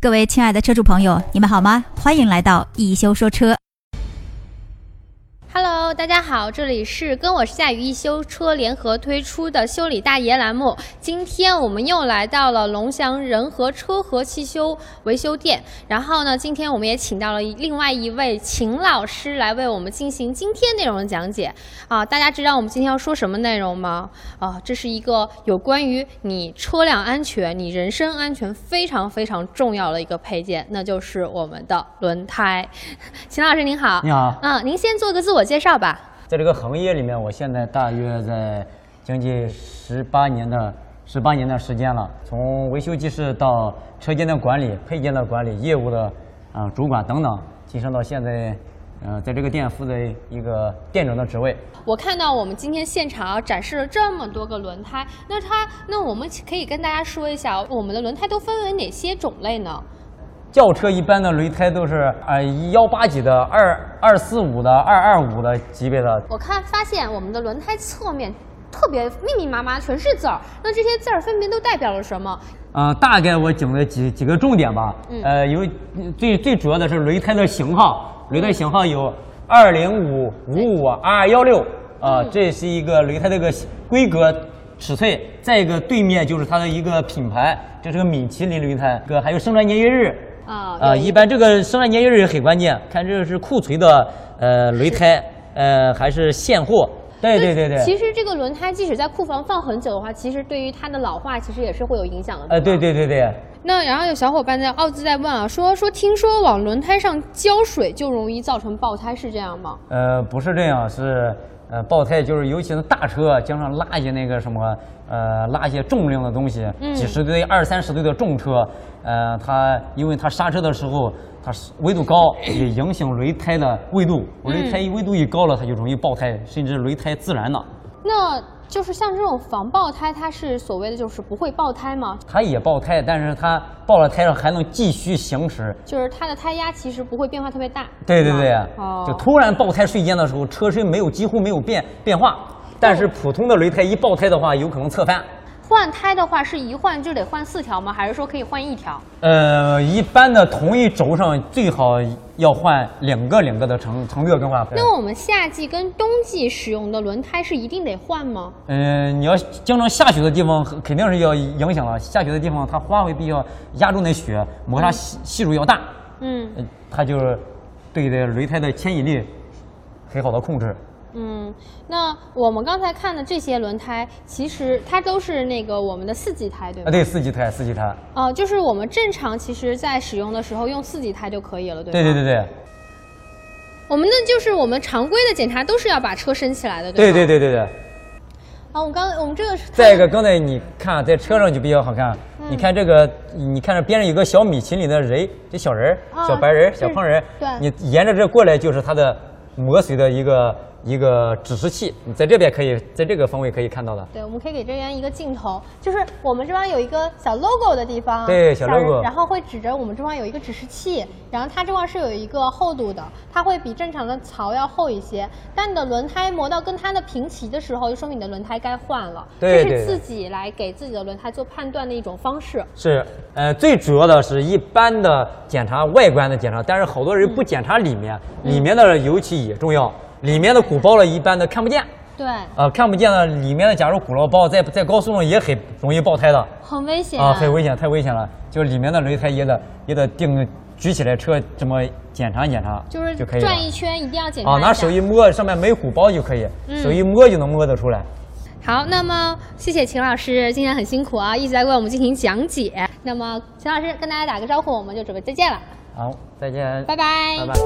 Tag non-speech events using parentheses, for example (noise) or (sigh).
各位亲爱的车主朋友，你们好吗？欢迎来到一休说车。 Hello，大家好，这里是跟我是夏雨一修车联合推出的修理大爷栏目。今天我们又来到了龙翔仁和车和汽修维修店，然后呢，今天我们也请到了一另外一位秦老师来为我们进行今天内容的讲解。啊，大家知道我们今天要说什么内容吗？啊，这是一个有关于你车辆安全、你人身安全非常非常重要的一个配件，那就是我们的轮胎。 (laughs) 秦老师您好， (laughs) 你好，嗯，您先做个自我介绍吧。在这个行业里面，我现在大约在将近十八年的十八年的时间了，从维修技师到车间的管理、配件的管理、业务的啊、呃主管等等，晋升到现在，呃，在这个店负责一个店长的职位。我看到我们今天现场啊展示了这么多个轮胎，那它那我们可以跟大家说一下，我们的轮胎都分为哪些种类呢？轿车一般的轮胎都是呃幺八几的、二二四五的、二二五的级别的，我看发现我们的轮胎侧面特别密密麻麻，全是字儿。那这些字儿分别都代表了什么？嗯、大概我讲的几几个重点吧。嗯呃，有嗯最最主要的是轮胎的型号，轮胎型号有二零五五五 R 幺六，啊，嗯这是一个轮胎的一个规格尺寸。再一个对面就是它的一个品牌，这是个米其林轮胎。个还有生产年月日。啊啊，有一一般这个生产年月日也很关键，看这是库存的呃轮胎，呃还是现货。对对对对。其实这个轮胎即使在库房放很久的话，其实对于它的老化其实也是会有影响的。呃，对对对对。那然后有小伙伴在奥兹在问啊，说说听说往轮胎上浇水就容易造成爆胎，是这样吗？呃，不是这样，是呃爆胎，就是尤其是大车加上拉一些那个什么呃拉一些重量的东西，嗯几十吨、二三十吨的重车，呃，它因为它刹车的时候它是维 (coughs) 度高，也影响轮胎的维嗯度，轮胎一维度一高了，它就容易爆胎，甚至轮胎自燃了。那就是像这种防爆胎，它是所谓的就是不会爆胎吗？它也爆胎，但是它爆了胎了还能继续行驶。就是它的胎压其实不会变化特别大。对是对吗对，啊哦，就突然爆胎瞬间的时候，车身没有几乎没有变变化，但是普通的轮胎一爆胎的话，有可能侧翻。换胎的话是一换就得换四条吗？还是说可以换一条？呃，一般的同一轴上最好要换两个两个的成成对更换。那我们夏季跟冬季使用的轮胎是一定得换吗？嗯、你要经常下雪的地方，肯定是要影响了。下雪的地方，它花卉比较压住那雪，摩擦系系数要大，嗯呃它就是对这轮胎的牵引力很好的控制。嗯，那我们刚才看的这些轮胎，其实它都是那个我们的四级胎，对啊，吗？对，四级胎，四级胎，哦、就是我们正常其实在使用的时候用四级胎就可以了，对吗？对对对对，我们那就是我们常规的检查都是要把车升起来的，对吗？对对对对。啊，我刚我们这个是再一个，刚才你看在车上就比较好看，嗯你看这个，你看这边上有个小米其林的人，这小人儿、啊小白人儿、是小胖人儿，对你沿着这过来就是它的磨髓的一个一个指示器，你在这边可以，在这个方位可以看到的。对，我们可以给这边一个镜头，就是我们这边有一个小 logo 的地方，对小 logo 然后会指着我们这边有一个指示器，然后它这块是有一个厚度的，它会比正常的槽要厚一些。但你的轮胎磨到跟它的平齐的时候，就说明你的轮胎该换了。对这对是对自己来给自己的轮胎做判断的一种方式。是，呃，最主要的是一般的检查外观的检查，但是好多人不检查里面，嗯里面的尤其也重要，里面的鼓包了一般的看不见，对，啊，看不见的里面的，假如鼓了包在在高速上也很容易爆胎的。很危险啊，很危险，太危险了！就是里面的轮胎也得也得定举起来车这么检查检查，就是就可以了转一圈一定要检查啊，一拿下手一摸，上面没鼓包就可以，嗯手一摸就能摸得出来。好，那么谢谢秦老师，今天很辛苦啊，一直在为我们进行讲解。那么秦老师跟大家打个招呼，我们就准备再见了，好，再见，拜拜。拜拜。